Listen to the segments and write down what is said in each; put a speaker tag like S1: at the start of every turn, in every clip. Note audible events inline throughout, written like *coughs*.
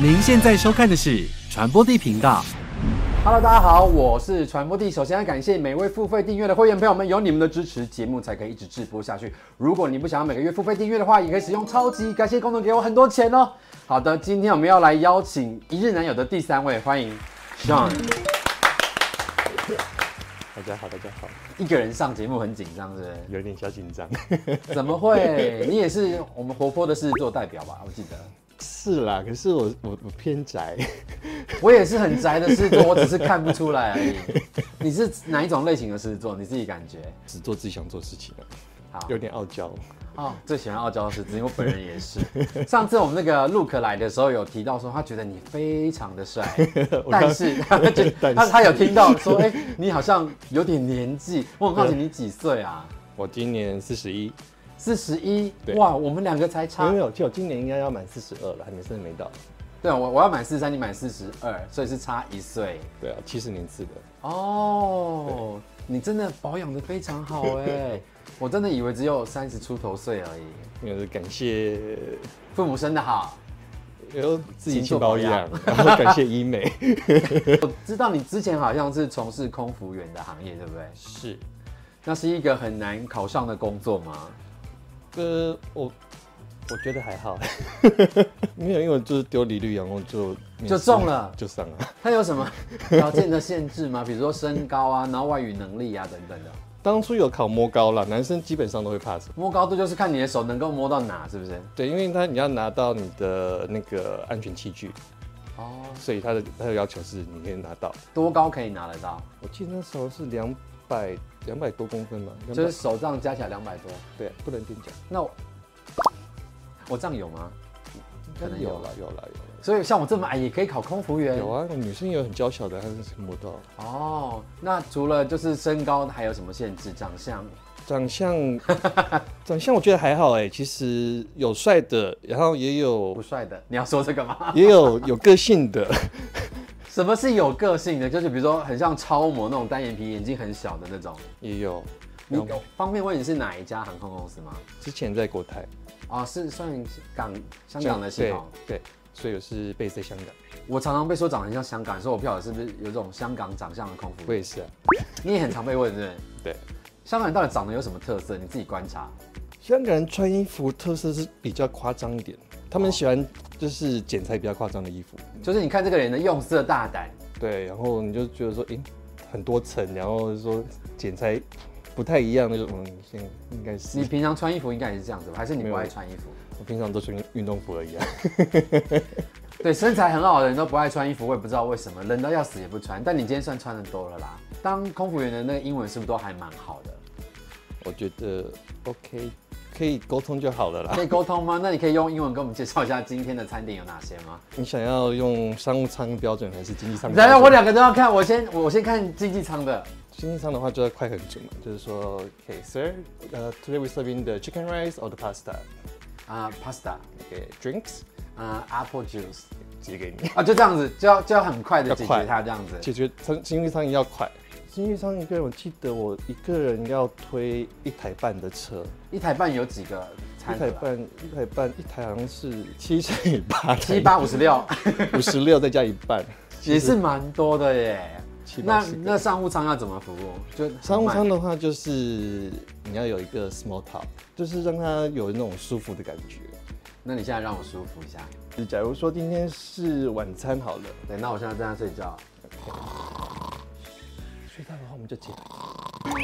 S1: 您现在收看的是传播地频道。
S2: Hello，大家好，我是传播帝。首先要感谢每位付费订阅的会员朋友们，有你们的支持，节目才可以一直直播下去。如果你不想要每个月付费订阅的话，也可以使用超级感谢功能给我很多钱哦。好的，今天我们要来邀请一日男友的第三位，欢迎 Sean。
S3: 大家好，大家好，
S2: 一个人上节目很紧张，是不
S3: 有点小紧
S2: *laughs*
S3: 张。
S2: 是？怎么会？你也是我们活泼的狮子座代表吧？我记得
S3: 是啦，可是我我我偏宅，
S2: 我也是很宅的狮子座，我只是看不出来而已。你是哪一种类型的狮子座？你自己感觉？
S3: 只做自己想做的事情了，
S2: 好
S3: 有点
S2: *laughs*
S3: 傲娇。
S2: 哦，最喜欢傲娇的狮子，因为我本人也是。上次我们那个陆可来的时候有提到说，他觉得你非常的帅，但是
S3: *laughs*
S2: 他就
S3: 但是
S2: 他他有听到说，哎、你好像有点年纪，我很好奇你几岁啊？
S3: 我今年四十一，
S2: 四十一，
S3: 对
S2: 哇，我们两个才差
S3: 没，有，就我今年应该要满四十二了，还没，真的没到。
S2: 对我我要满四十三，你满四十二，所以是差一岁。
S3: 对啊，七十年次的，
S2: 哦，你真的保养的非常
S3: *laughs*
S2: 好哎、我真的以为只有三十出头岁而已。
S3: 因为感谢，
S2: 父母生的
S3: *laughs*
S2: 好，
S3: 然后自己
S2: 勤
S3: 去
S2: 做
S3: 保
S2: 保
S3: 养
S2: 养，
S3: 然后感谢
S2: *laughs*
S3: 医美。
S2: 我知道你之前好像是从事空服员的行业，对不对？
S3: 是，
S2: 那是一个很难考上的工作吗？
S3: 呃，我我觉得还
S2: *laughs*
S3: 好，没有，因为我就是丢履历，然后就面试
S2: 就中了
S3: 就上了。
S2: 它有什么 *laughs* 条件的限制吗？比如说身高啊，然后外语能力啊等等的。
S3: 当初有考摸高了，男生基本上都会 pass。
S2: 摸高度就是看你的手能够摸到哪，是不是？
S3: 对，因为他你要拿到你的那个安全器具，
S2: 哦，
S3: 所以他的他的要求是你可以拿到。
S2: 多高可以拿得到？
S3: 我记得那时候是两百两百多公分嘛，200
S2: 就是手杖加起来两百多。
S3: 对，不能垫脚。
S2: 那我我这样有吗？可能有
S3: 有了有了有
S2: 所以像我这么哎矮也可以考空服员。
S3: 了有啊，女生也有很娇小的，她是摸到。
S2: 哦，那除了就是身高，还有什么限制？长相？
S3: 长相 *laughs* 长相我觉得还好哎、其实有帅的，然后也
S2: 不
S3: 有
S2: 帅的，你要说这个吗？ *laughs*
S3: 也有有个性的， *laughs*
S2: 什么是有个性的？就是比如说很像超模那种单眼皮、眼睛很小的那种。
S3: 也有。
S2: 你
S3: 然后
S2: 方便问你是哪一家航空公司吗？
S3: 之前在国泰，
S2: 哦，是算港香港的系统。
S3: 对对，所以我是 base 在香港，
S2: 我常常被说长得很像香港，说我不晓得是不是有种香港长相的空服
S3: 我
S2: 员。
S3: 也是啊，
S2: 你也很常被问， *laughs* 对不对？
S3: 对。
S2: 香港人到底长得有什么特色？你自己观察。
S3: 香港人穿衣服特色是比较夸张一点，他们喜欢就是剪裁比较夸张的衣服，
S2: 就是你看这个人的用色大胆，
S3: 对，然后你就觉得说，诶、很多层，然后说剪裁不太一样那种，嗯，现应该是
S2: 你平常穿衣服应该也是这样子吧？还是你不
S3: 没
S2: 爱
S3: 有
S2: 穿衣服？
S3: 我平常都穿运动服而已啊，
S2: 对，身材很好的人都不爱穿衣服，我也不知道为什么，冷到要死也不穿。但你今天算穿的多了啦。当空服员的那个英文是不是都还蛮好的？
S3: *laughs* 我觉得 OK，可以沟通就好了啦。
S2: 可以沟通吗？那你可以用英文跟我们介绍一下今天的餐点有哪些吗？
S3: 你想要用商务舱标准还是经济舱
S2: 等
S3: 的
S2: 一
S3: 标准？
S2: 下我两个都要看，我先我先看经济舱的。
S3: 经济舱的话就要快很准嘛，就是说，OK sir，呃、t o d a y we serving the chicken rice or the pasta，OK、
S2: 啊、p a s t a
S3: drinks，
S2: 啊、a p p l e juice
S3: 直接给你。
S2: 啊，就这样子，就要就要很快的
S3: 要
S2: 解决
S3: 快
S2: 它，这样子。
S3: 解决仓经济舱也要快。经济舱一个人，我记得我一个人要推一台半的车，
S2: 一台半有几个餐
S3: 一台
S2: 盒啊？
S3: 半一台半一台好像是七乘以八，
S2: 七八五十
S3: *laughs*
S2: 六，
S3: 五十六再加一半，
S2: 也是蛮多的耶。
S3: 七八
S2: 那
S3: 十
S2: 那
S3: 个。
S2: 商务舱要怎么服务？就很
S3: 商务
S2: 慢
S3: 舱的话，就是你要有一个 small talk，就是让他有那种舒服的感觉。
S2: 那你现在让我舒服一下。
S3: 假如说今天是晚餐好了，
S2: 对，那我现在正在睡觉。
S3: 睡到的话我们就起来。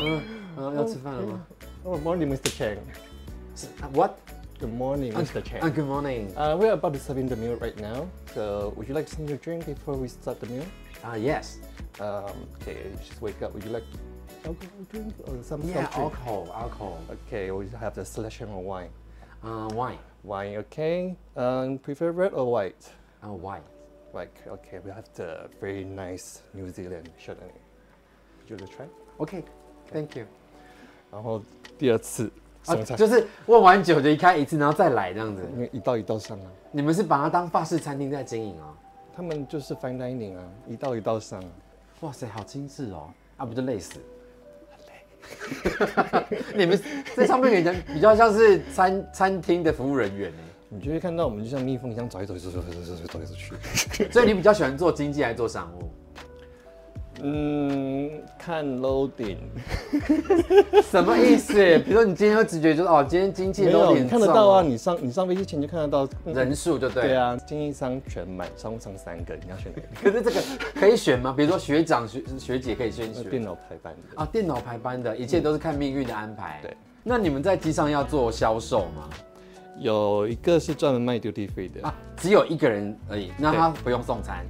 S2: 嗯嗯，要吃饭了吗
S3: Oh, Good morning, Mr. Chang.
S2: 是啊？What？
S3: Good morning, Mr.
S2: 啊
S3: Chang.
S2: ，Good morning。
S3: Uh, we're about to serve in the meal right now. So, would you like something to drink before we start the meal?
S2: 啊，Yes。
S3: Um, okay, you just wake up. Would you like alcohol drink or some
S2: Yeah,
S3: soft drink?
S2: alcohol, alcohol.
S3: Okay, we have the selection of wine.
S2: 啊，Wine，
S3: Wine, okay. Um, prefer red or white?
S2: 啊，Wine。
S3: Like, okay, we have the very nice New Zealand Chardonnay. Would you like to try?
S2: OK，Thank you。
S3: 然后第二次
S2: 啊
S3: 送，餐，
S2: 就是问完酒就一开一次，然后再来这样子。
S3: 因为一道一道上啊，
S2: 你们是把它当法式餐厅在经营哦？
S3: 他们就是 fine dining 啊，一道一道上啊。
S2: 哇塞，好精致哦！啊，不就累死？ *laughs* 你们在上面人比较像是餐餐厅的服务人员呢。欸
S3: 你就会看到我们就像蜜蜂一样走来走去，走来走去，走来走去走来走去。
S2: 所以你比较喜欢做经济还是做商 *laughs* 务？
S3: 嗯，看 *laughs* loading，
S2: 什么意思？比如说你今天就直觉就是哦，今天经济
S3: 没
S2: 都有
S3: 有
S2: 点
S3: 你看得到啊，
S2: 重
S3: 你上你上飞机前就看得到。嗯
S2: 人数就对。
S3: 对。啊，经济舱全满，商务舱三个，你要选哪
S2: 可
S3: 个？
S2: 是这个可以选吗？比如说学长、学学姐可以先选
S3: 电脑排版的。
S2: 啊。电脑排班的，一切都是看命运的安排。
S3: 对。
S2: 那你们在机上要做销售吗？
S3: 有一个是专门卖 duty free 的，
S2: 啊，只有一个人而已，那他不用送餐，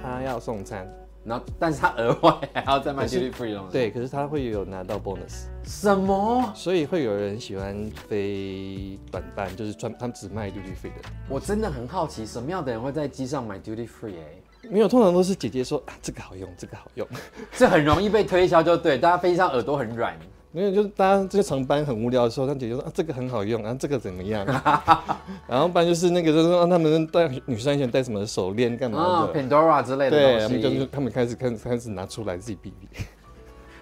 S3: 他要送餐。
S2: 然后但是他额外还要再卖
S3: 可是
S2: duty free 的东西。，
S3: 对，可是他会有拿到 bonus，
S2: 什么？
S3: 所以会有人喜欢飞短班，就是专他们只卖 duty free 的。
S2: 我真的很好奇，什么样的人会在机上买 duty free？哎、
S3: 没有，通常都是姐姐说啊，这个好用，这个
S2: *laughs*
S3: 好用。
S2: 这很容易被推销，就对，大家飞机上耳朵很软。
S3: 没有，就是大家这个长班很无聊的时候，他姐姐说啊，这个很好用，啊，这个怎么样？ *laughs* 然后不然就是那个就是说、啊、他们戴女生喜欢戴什么手链干嘛
S2: 啊
S3: 的。
S2: ，Pandora 之类
S3: 嗯对，
S2: 的
S3: 他
S2: 东
S3: 们
S2: 西，
S3: 就是他们开始开始开始拿出来自己比比。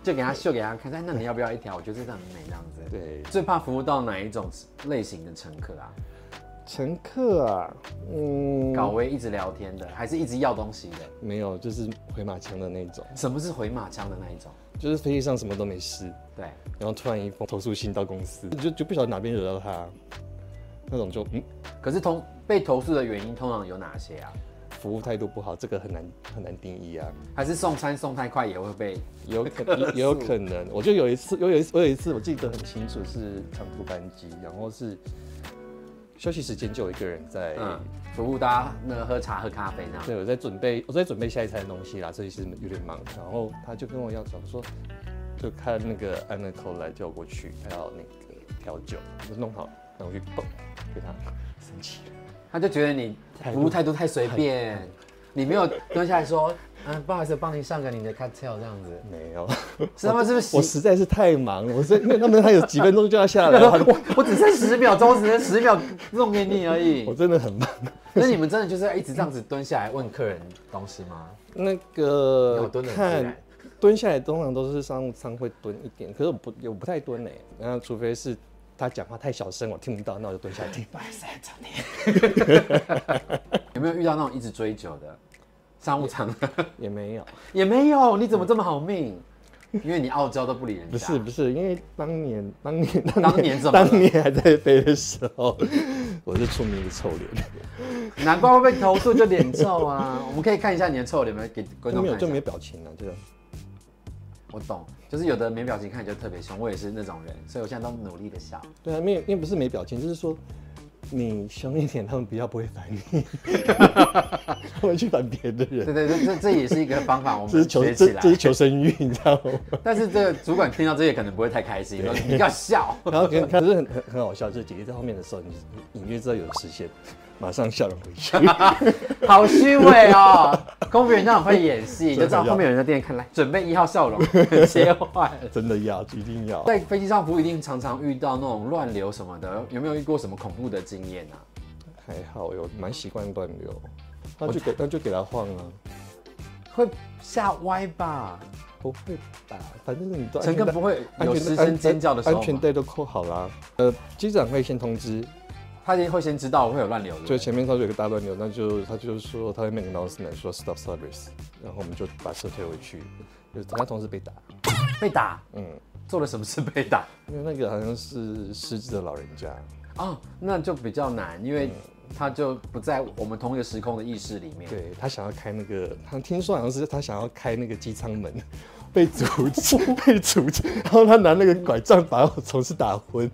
S2: 就给他秀给他看，哎，那你要不要一条？我觉得这很美，这样子。，
S3: 对，
S2: 最怕服务到哪一种类型的乘客啊？
S3: 乘客啊，嗯，
S2: 搞微一直聊天的，还是一直要东西的？
S3: 没有，就是回马枪的那种，
S2: 什么是回马枪的那一种？
S3: 就是飞机上什么都没事，
S2: 对，
S3: 然后突然一封投诉信到公司，就就不晓得哪边惹到他，那种就嗯，
S2: 可是通被投诉的原因通常有哪些啊？
S3: 服务态度不好，这个很难很难定义啊，
S2: 还是送餐送太快也会被
S3: 有可能也有可能，我就有一次，有有一次我有一次我记得很清楚是长途班机，然后是休息时间就有一个人在。
S2: 嗯服务大家那个喝茶喝咖啡那样？
S3: 对，我在准备，我在准备下一餐的东西啦，所以是有点忙。然后他就跟我要讲说，就看那个安娜口来叫我过去，他要那个调酒，我就弄好，然后我去蹦给他，生气了。
S2: 他就觉得你
S3: 态度
S2: 服务态度太随便，你没有蹲下来说，嗯，不好意思，帮你上个你的 cocktail 这样子，
S3: 没有， *laughs*
S2: 是他们是不是
S3: 我
S2: 习
S3: 实在是太忙了，我是因为他们还有几分钟就要下来了，
S2: *laughs* 我我只剩十秒钟，只剩十秒弄给你而已
S3: 我。真的很忙。
S2: 那你们真的就是要一直这样子蹲下来问客人东西吗？
S3: 那
S2: 没有
S3: 个
S2: 蹲得很自然
S3: 看蹲下来通常都是商务舱会蹲一点，可是我不我不太蹲嘞、然后除非是他讲话太小声，我听不到，那我就蹲下来听。
S2: 有没有遇到那种一直追酒的商务舱？
S3: 也没有。
S2: 也没有，你怎么这么好命？因为你傲娇都不理人家。
S3: 不是不是，因为当年当年
S2: 啊当年怎么了
S3: 当年还在飞的时候，我是出名的臭脸，
S2: 难怪会被投诉，就脸臭啊。 *laughs* 我们可以看一下你的臭脸，有没有给 *laughs* 观
S3: 就
S2: 众看
S3: 没有
S2: 一
S3: 就
S2: 下
S3: 没有表情了，啊这个
S2: 我懂，就是有的没表情看起来就特别凶，我也是那种人，所以我现在都努力的笑。
S3: 对啊，没有，因为不是没表情，就是说你凶一点，他们比较不会烦你， *laughs* 他们去烦别的人，
S2: 对对对，这这也是一个方法，我
S3: *laughs* 这是
S2: 们
S3: 求
S2: 学
S3: 这
S2: 起来
S3: 这。是求生欲，你知道
S2: *laughs*
S3: 吗？
S2: 但是这个主管听到这些可能不会太开
S3: *laughs*
S2: 心，说你要笑。
S3: 然后可可是很很很好笑，就是姐姐在后面的时候，你你隐约知道有实现， *laughs* 马上笑容回
S2: *laughs*
S3: 去。
S2: 好虚伪哦！公务员那很会演戏，就
S3: 真的
S2: 知
S3: *laughs*
S2: 道后面有人在电看来，准备一号笑容切换。
S3: 真的要，一定要。
S2: 在飞机上服务一定常常遇到那种乱流什么的，有没有遇过什么恐怖的经验啊？
S3: 还好哟，蛮习惯乱流，那就给那就给他晃啊。
S2: 会吓歪吧？
S3: 不会吧？反正你都
S2: 乘客不会
S3: 安
S2: 有
S3: 全带
S2: 失
S3: 安
S2: 声尖叫的时候
S3: 安全
S2: 吗？
S3: 带都扣好啦。呃，机长会先通知，
S2: 他一定会先知道会有乱流的。
S3: 就前面他有个大乱流，那就他就说他会 make announcement 说 stop service，然后我们就把车推回去。就他同事被打，
S2: 被打，
S3: 嗯，
S2: 做了什么事被打？
S3: 因为那个好像是失智的老人家，
S2: 哦，那就比较难，因为他就不在我们同一个时空的意识里面。
S3: 对他想要开那个，他听说好像是他想要开那个机舱门，被
S2: *laughs*
S3: 阻止，被阻止，然后他拿那个拐杖把我同事打昏。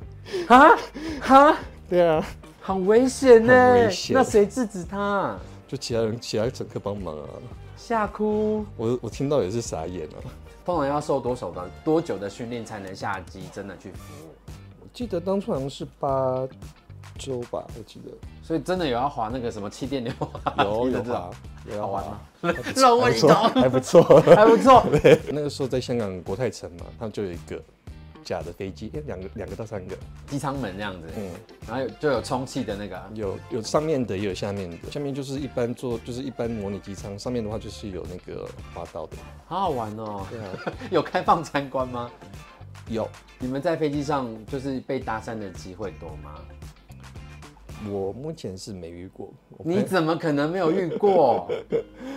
S2: 啊哈，
S3: 对啊，
S2: 很危险呢
S3: 很危。险
S2: 那谁制止他？
S3: 就其他人其他乘客帮忙啊，
S2: 吓哭。
S3: 我我听到也是傻眼啊。
S2: 通常要受多少的多久的训练才能下机真的去服务？
S3: 我记得当初好像是八周吧，我记得
S2: 所以真的有要滑那个什么气垫流滑
S3: 有
S2: 梯的这
S3: 有
S2: 种
S3: 吧，有
S2: 好
S3: 要
S2: 玩
S3: 玩
S2: 吗
S3: 吗？？
S2: 让我一
S3: 错，
S2: 刀，
S3: *laughs* 还
S2: *laughs*
S3: 不错。
S2: 还不错。
S3: 那个时候在香港国泰城嘛，他们就有一个假的飞机，诶两个两个到三个，
S2: 机舱门这样子，
S3: 嗯，
S2: 然后有就有充气的那个，
S3: 有有上面的，也有下面的。下面就是一般做，就是一般模拟机舱，上面的话就是有那个滑道的。
S2: 好好玩哦。
S3: 对啊，
S2: *laughs* 有开放参观吗？
S3: 有
S2: 你们在飞机上就是被搭讪的机会多吗？
S3: 我目前是没遇过，我朋
S2: 你
S3: 友
S2: 怎么可能没有遇 *laughs* 过？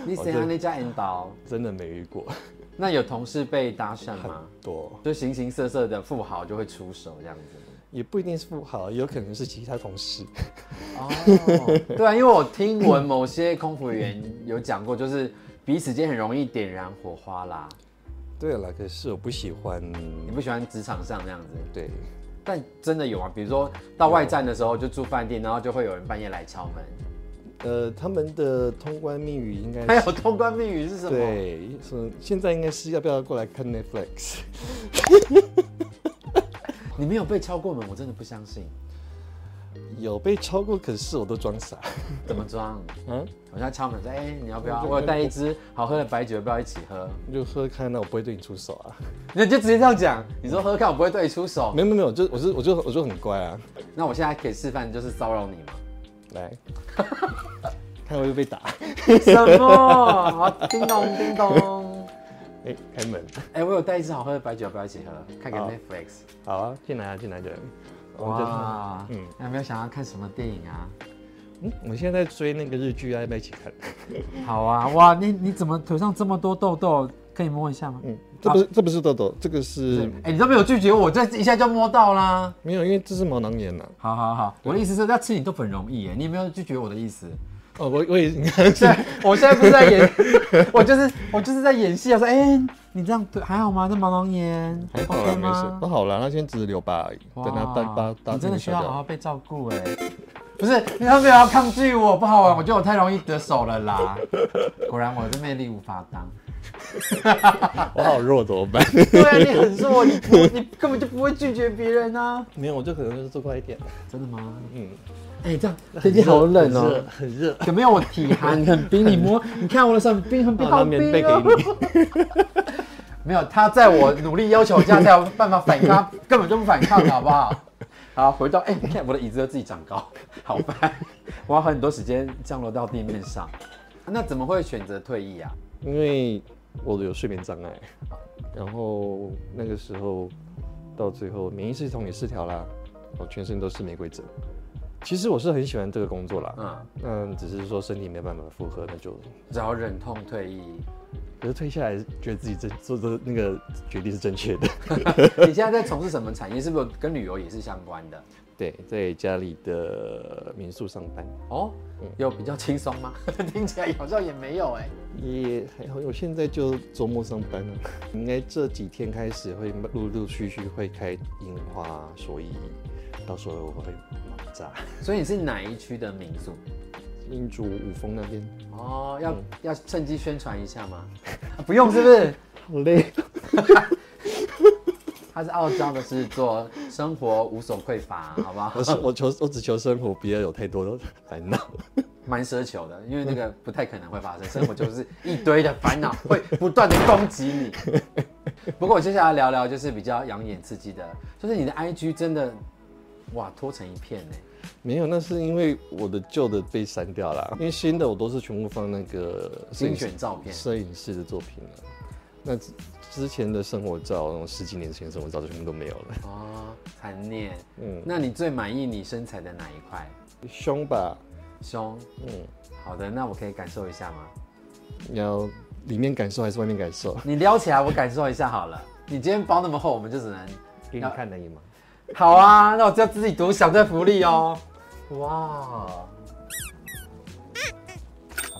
S2: 你谁啊那家引导？
S3: 真的没遇过， *laughs*
S2: 那有同事被搭讪
S3: 很
S2: 吗？
S3: 多
S2: 就形形色色的富豪就会出手这样子。
S3: 也不一定是富豪，也有可能是其他同事。 *laughs*
S2: 哦，对啊，因为我听闻某些空服员有讲过，就是彼此间很容易点燃火花啦。
S3: 对了，可是我不喜欢，
S2: 你不喜欢职场上那样子，
S3: 对，
S2: 但真的有啊。比如说到外站的时候就住饭店，然后就会有人半夜来敲门。
S3: 呃，他们的通关密语应
S2: 还
S3: 该
S2: 有
S3: 是。
S2: 通关密语是什么？
S3: 对，说现在应该是要不要过来看 Netflix？ *laughs*
S2: 你没有被敲过门，我真的不相信。
S3: 有被超过，可是我都装傻。
S2: 怎么装？
S3: 嗯，
S2: 我现在敲门说：“哎、你要不要？我有带一支好喝的白酒，要不要一起喝
S3: 就喝看，那我不会对你出手啊。？”
S2: 你就直接这样讲，你说喝喝看，我不会对你出手。
S3: 没有没有没有，就我就我就我就很乖啊。
S2: 那我现在可以示范，就是骚扰你吗？
S3: 来， *laughs* 看会不会被打？
S2: 什么？好，叮咚叮咚。
S3: 哎、开门，
S2: *laughs* 哎、我有带一支好喝的白酒，要不要一起喝？看个
S3: 好
S2: Netflix。
S3: 好啊，进来啊，进来进来。我们就
S2: 哇，嗯，有没有想要看什么电影啊？
S3: 嗯，我现在在追那个日剧啊，要不要一起看？
S1: 好
S2: *laughs*
S1: 啊，哇，你你怎么腿上这么多痘痘？可以摸一下吗？
S3: 嗯，这不是、这不是痘痘，这个
S2: 哎
S3: 是、
S2: 你都没有拒绝我，这一下就摸到啦。
S3: 没有，因为这是毛囊炎呐、啊。
S1: 好好好，
S2: 我的意思是，要吃你都很容易耶，你也没有拒绝我的意思。
S3: 哦，我我也 *laughs* 你看是
S2: *laughs* 对，我现在不是在演，
S1: 我就是我就是在演戏啊，说哎、你这样对还好吗？这毛囊炎
S3: 还好
S1: OK
S3: 啦，没事，
S1: 吗
S3: 不？好啦，那先只是留疤而已，等它大疤大
S1: 你真的需要好好
S3: 好。
S1: 被照顾哎、
S2: 不是，你他没有要抗拒我，不好玩，我觉得我太容易得手了啦。 *laughs* 果然我的魅力无法挡。
S3: 我好弱怎么办？
S2: 对啊，你很弱，你不，你根本就不会拒绝别人啊。
S3: *laughs* 没有，我就可能就是做快一点。
S2: 真的吗？
S3: 嗯，
S2: 哎、这样天气好冷哦、
S3: 热很热，
S2: 有没有我体寒很冰？ *laughs* 你摸，你看我的手很冰很冰，
S3: 拿
S2: 好
S3: 棉
S2: 冰
S3: 被给
S2: 哦、
S3: 你。
S2: *laughs* 没有，他在我努力要求下才有办法反抗，根本就不反抗，好不好？ *laughs* 好，回到哎、你看我的椅子都自己长高，好烦，我要花很多时间降落到地面上。那怎么会选择退役啊？
S3: 因为我有睡眠障碍，然后那个时候到最后免疫系统也失调啦，我全身都是玫瑰疹。其实我是很喜欢这个工作啦，
S2: 嗯，
S3: 那只是说身体没办法负荷，那就
S2: 只好忍痛退 *laughs* 役。
S3: 可是退下来觉得自己正做的那个决定是正确的。
S2: 你现在在从事什么产业？是不是跟旅游也是相关的？
S3: 对，在家里的民宿上班
S2: 哦，有比较轻松吗？ *laughs* 听起来好像也没有哎、
S3: 也还好，我现在就周末上班了， *laughs* 应该这几天开始会陆陆续续会开樱花，所以到时候我会忙炸。
S2: 所以你是哪一区的民宿？
S3: 英竹五峰那边，
S2: 哦，要、要趁机宣传一下吗？啊 *laughs* 不用，是不是？
S3: 好累。
S2: 他是傲娇的狮子座，生活无所匮 *laughs* 乏，好不好
S3: 我？是 *laughs* 我求我只求生活不要有太多的 *laughs* 烦恼。
S2: 蛮奢求的，因为那个不太可能会发生，生活就是一堆的烦恼会不断的攻击你。 *laughs* 不过我接下来聊聊就是比较养眼刺激的，就是你的 IG 真的哇拖成一片呢。
S3: 没有，那是因为我的旧的被删掉了，因为新的我都是全部放那个摄影
S2: 精选照片
S3: 摄影师的作品了。那之之前的生活照，那种十几年前的生活照全部都没有了。
S2: 哦，残念。
S3: 嗯，
S2: 那你最满意你身材的哪一块？
S3: 胸吧，
S2: 胸。
S3: 嗯，
S2: 好的，那我可以感受一下吗？
S3: 你要里面感受还是外面感受？
S2: 你撩起来，我感受一下好了。你今天包那么厚，我们就只能
S3: 给
S2: 你
S3: 看而已嘛。
S2: 好啊，那我就要自己独享这福利哦。哇，好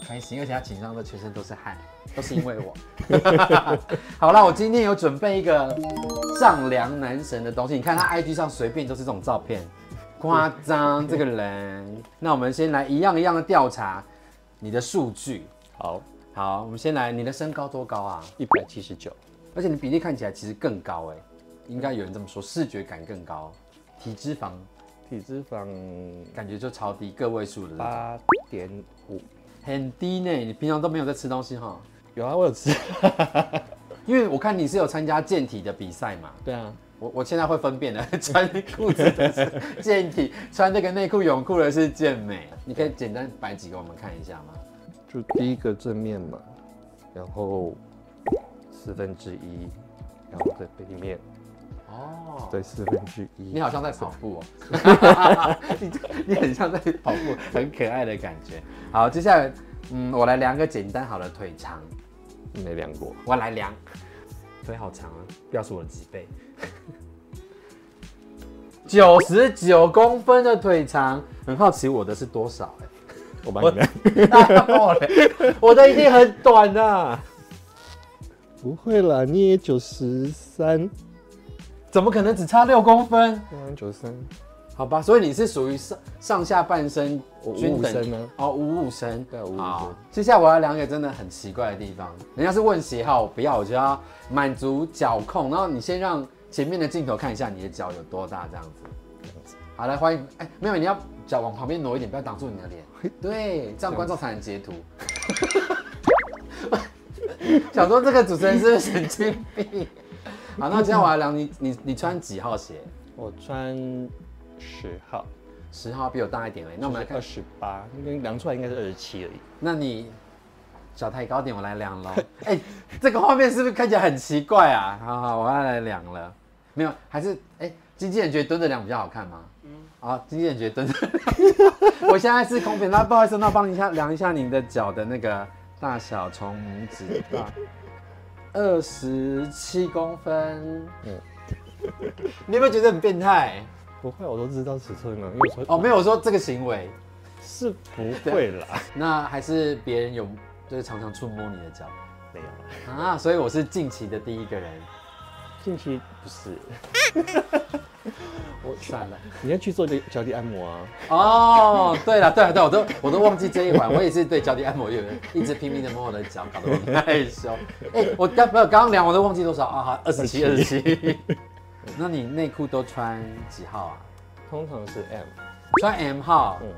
S2: 开心！而且他紧张的全身都是汗，都是因为我。 *laughs* 好啦，我今天有准备一个丈量男神的东西，你看他 IG 上随便都是这种照片，夸张这个人。那我们先来一样一样的调查你的数据。
S3: 好，
S2: 好，我们先来你的身高多高啊？
S3: 一百七十九，
S2: 而且你比例看起来其实更高哎，应该有人这么说，视觉感更高，体脂肪
S3: 体脂肪
S2: 感觉就超低，个位数的那种，
S3: 八点五。
S2: 很低呢。你平常都没有在吃东西哈？
S3: 有啊，我有吃。
S2: 因为我看你是有参加健体的比赛嘛，
S3: 对啊，
S2: 我我现在会分辨的， *laughs* 穿裤子的是健体，穿这个内裤泳裤的是健美。你可以简单摆几个我们看一下吗？
S3: 就第一个正面嘛，然后四分之一，然后在背面，
S2: 哦，
S3: 对，四分之一。
S2: 你好像在跑步哦，你就你很像在跑步，很可爱的感觉。好，接下来，嗯，我来量个简单好了，腿长，
S3: 没量过，
S2: 我来量，腿好长啊，不要是我的几倍，九十九公分的腿长，很好奇我的是多少 *laughs* 哎、
S3: 我帮 *laughs* 你量。
S2: 我嘞我的一定很短呐、
S3: 不会啦，你也九十三，
S2: 怎么可能只差六公分？
S3: 嗯九十三，
S2: 好吧，所以你是属于上上下半身
S3: 我
S2: 均等
S3: 五五身啊
S2: 哦，五五身，
S3: 对五五身
S2: 好接下来我要量一个真的很奇怪的地方，人家是问鞋号，我不要，我就要满足脚控，然后你先让前面的镜头看一下你的脚有多大，这样子。
S3: *laughs*
S2: 好，来欢迎，哎、没有，你要脚往旁边挪一点，不要挡住你的脸，对，这样观众才能截图。 *laughs* 想说这个主持人是不是神经病？好，那接下来我要量你，你你穿几号鞋？
S3: 我穿十号，
S2: 十号比我大一点嘞，那我们来看
S3: 二，十八，应该量出来应该是二十七而已。
S2: 那你脚抬高点，我来量喽。 *laughs* 哎、这个画面是不是看起来很奇怪啊？好好，我要来量了。没有，还是哎，经纪人觉得蹲着量比较好看吗？嗯。好，经纪人觉得蹲着量。 *laughs* 我现在是空瓶，那不好意思，那我帮你一下量一下您的脚的那个大小，从拇指到二十七公分。
S3: 嗯
S2: 你有没有觉得很变态？
S3: 不会，我都知道尺寸了，因为我
S2: 哦，没有，我说这个行为，
S3: 是不会啦，
S2: 那还是别人有就是常常触摸你的脚。
S3: 没有啦。
S2: 啊，所以我是近期的第一个人。
S3: 近期不是，
S2: 我算 *laughs* 了。
S3: 你要去做脚脚底按摩啊？
S2: 哦，对了，对了，对了，我都我都忘记这一环，我也是对脚底按摩有人一直拼命的摸我的脚，搞得我很害羞。哎、我刚没有刚刚量，我都忘记多少啊？好，二十七，二十七。那你内裤都穿几号啊？
S3: 通常是 M，
S2: 穿 M 号。
S3: 嗯，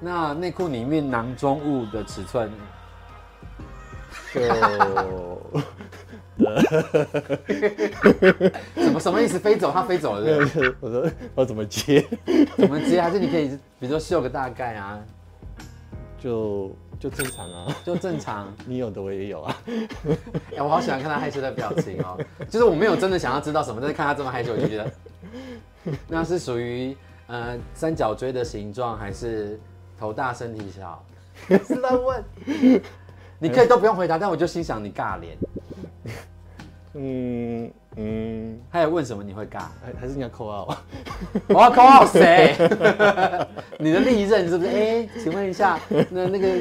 S2: 那内裤里面囊中物的尺寸，
S3: 就
S2: 什么什么意思？飞走，它飞走了 *laughs* *laughs* 对不对
S3: 我说我怎么接？
S2: 怎么接？还是你可以，比如说秀个大概啊，
S3: 就就正常啊，
S2: 就正常。
S3: 你有的我也有啊。
S2: 哎、我好喜欢看他害羞的表情哦，就是我没有真的想要知道什么，但是看他这么害羞，我就觉得那是属于呃三角锥的形状，还是头大身体小？是在问，你可以都不用回答，但我就欣赏你尬脸。
S3: 嗯嗯，
S2: 他有问什么你会尬？
S3: 还还是你要扣啊？
S2: 我要 call out 谁？ *laughs* 你的利刃是不是？哎、请问一下，那那个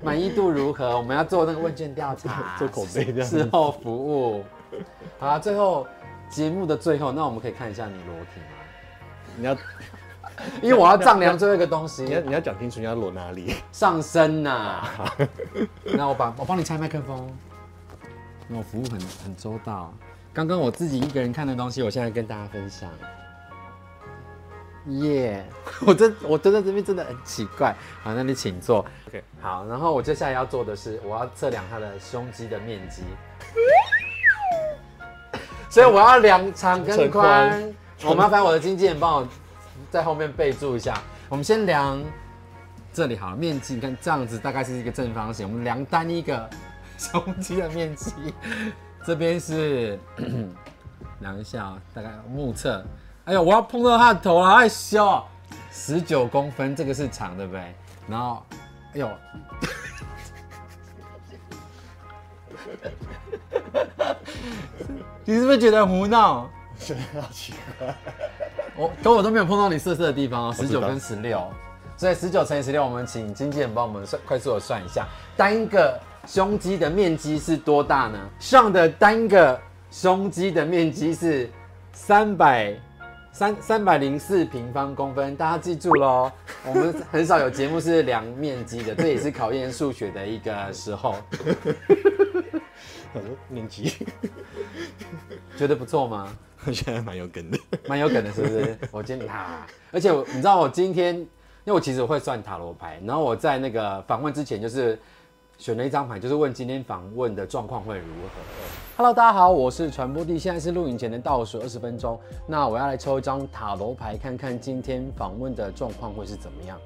S2: 满意度如何？我们要做那个问卷调查，
S3: *laughs* 做口碑这样
S2: 事后服务。好啊，最后节目的最后，那我们可以看一下你裸体吗？
S3: 你要
S2: 因为我要丈量最后一个东西
S3: *laughs* 你要，你要讲清楚你要裸哪里。 *laughs*
S2: 上身呐、那我把我帮你拆麦克风。那我服务很很周到。刚刚我自己一个人看的东西，我现在跟大家分享。耶、 *laughs* 我真我蹲在这边真的很奇怪。好，那你请坐。
S3: OK
S2: 好，然后我接下来要做的是，我要测量它的胸肌的面积。 *laughs* 所以我要量长跟
S3: 长
S2: 宽
S3: 宽。
S2: 我麻烦我的经纪人帮我在后面备注一下。我们先量这里好了，面积你看这样子大概是一个正方形，我们量单一个胸肌的面积，这边是 *coughs* 量一下、哦，大概目测，哎呦，我要碰到他的头了，害羞，十九公分，这个是长对不对？然后，哎呦， *laughs* 你是不是觉得很胡闹？
S3: 真的好奇怪。
S2: 我跟我都没有碰到你色色的地方哦，十
S3: 知
S2: 九
S3: 道
S2: 跟十六，所以十九乘以十六，我们请经纪人帮我们算，快速的算一下，单一个胸肌的面积是多大呢？上的单一个胸肌的面积是三百三三百零四平方公分，大家记住
S3: *laughs*
S2: 喽。我们很少有节目是量面积的，这也是考验数学的一个时候，
S3: 我说面积， *laughs*
S2: 觉得不错吗？
S3: 我觉得还蛮有梗的。
S2: 蛮有梗的，是不是？我今天啊，而且我你知道我今天，因为我其实会算塔罗牌，然后我在那个访问之前就是选了一张牌，就是问今天访问的状况会如何。Hello，大家好，我是传播帝，现在是录影前的倒数二十分钟，那我要来抽一张塔罗牌，看看今天访问的状况会是怎么样。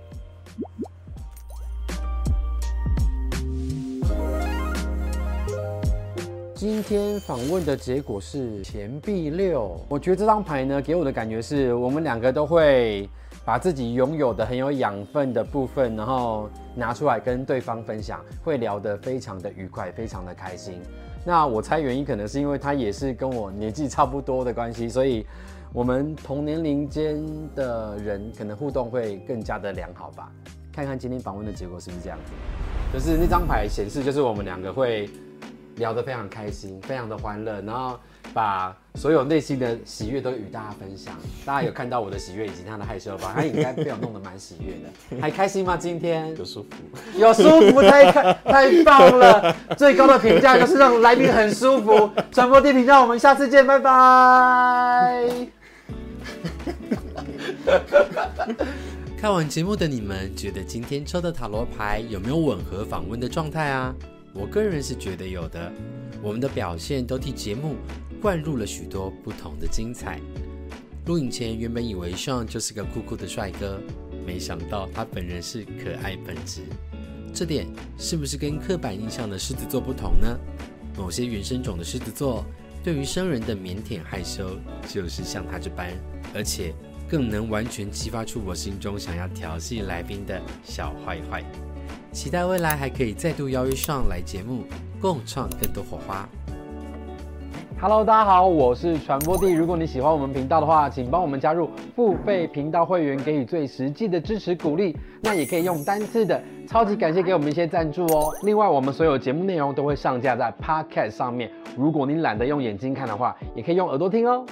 S2: 今天访问的结果是钱币六。我觉得这张牌呢，给我的感觉是我们两个都会把自己拥有的很有养分的部分，然后拿出来跟对方分享，会聊得非常的愉快，非常的开心。那我猜原因可能是因为他也是跟我年纪差不多的关系，所以我们同年龄间的人可能互动会更加的良好吧。看看今天访问的结果是不是这样子？就是那张牌显示，就是我们两个会聊得非常开心，非常的欢乐，然后把所有内心的喜悦都与大家分享。大家有看到我的喜悦以及他的害羞吧？他应该被我弄得蛮喜悦的，还开心吗？今天
S3: 有舒服，
S2: 有舒服，太开太棒了！最高的评价就是让来宾很舒服。传播地评价，我们下次见，拜拜。看完节目的你们，觉得今天抽的塔罗牌有没有吻合访问的状态啊？我个人是觉得有的。我们的表现都替节目灌入了许多不同的精彩。录影前原本以为 Sean 就是个酷酷的帅哥，没想到他本人是可爱本质。这点是不是跟刻板印象的狮子座不同呢？某些原生种的狮子座，对于生人的腼腆害羞，就是像他这般，而且更能完全激发出我心中想要调戏来宾的小坏坏。期待未来还可以再度邀约上来节目，共创更多火花。Hello，大家好，我是传播帝。如果你喜欢我们频道的话，请帮我们加入付费频道会员，给予最实际的支持鼓励。那也可以用单次的，超级感谢给我们一些赞助哦。另外，我们所有节目内容都会上架在 Podcast 上面，如果你懒得用眼睛看的话，也可以用耳朵听哦。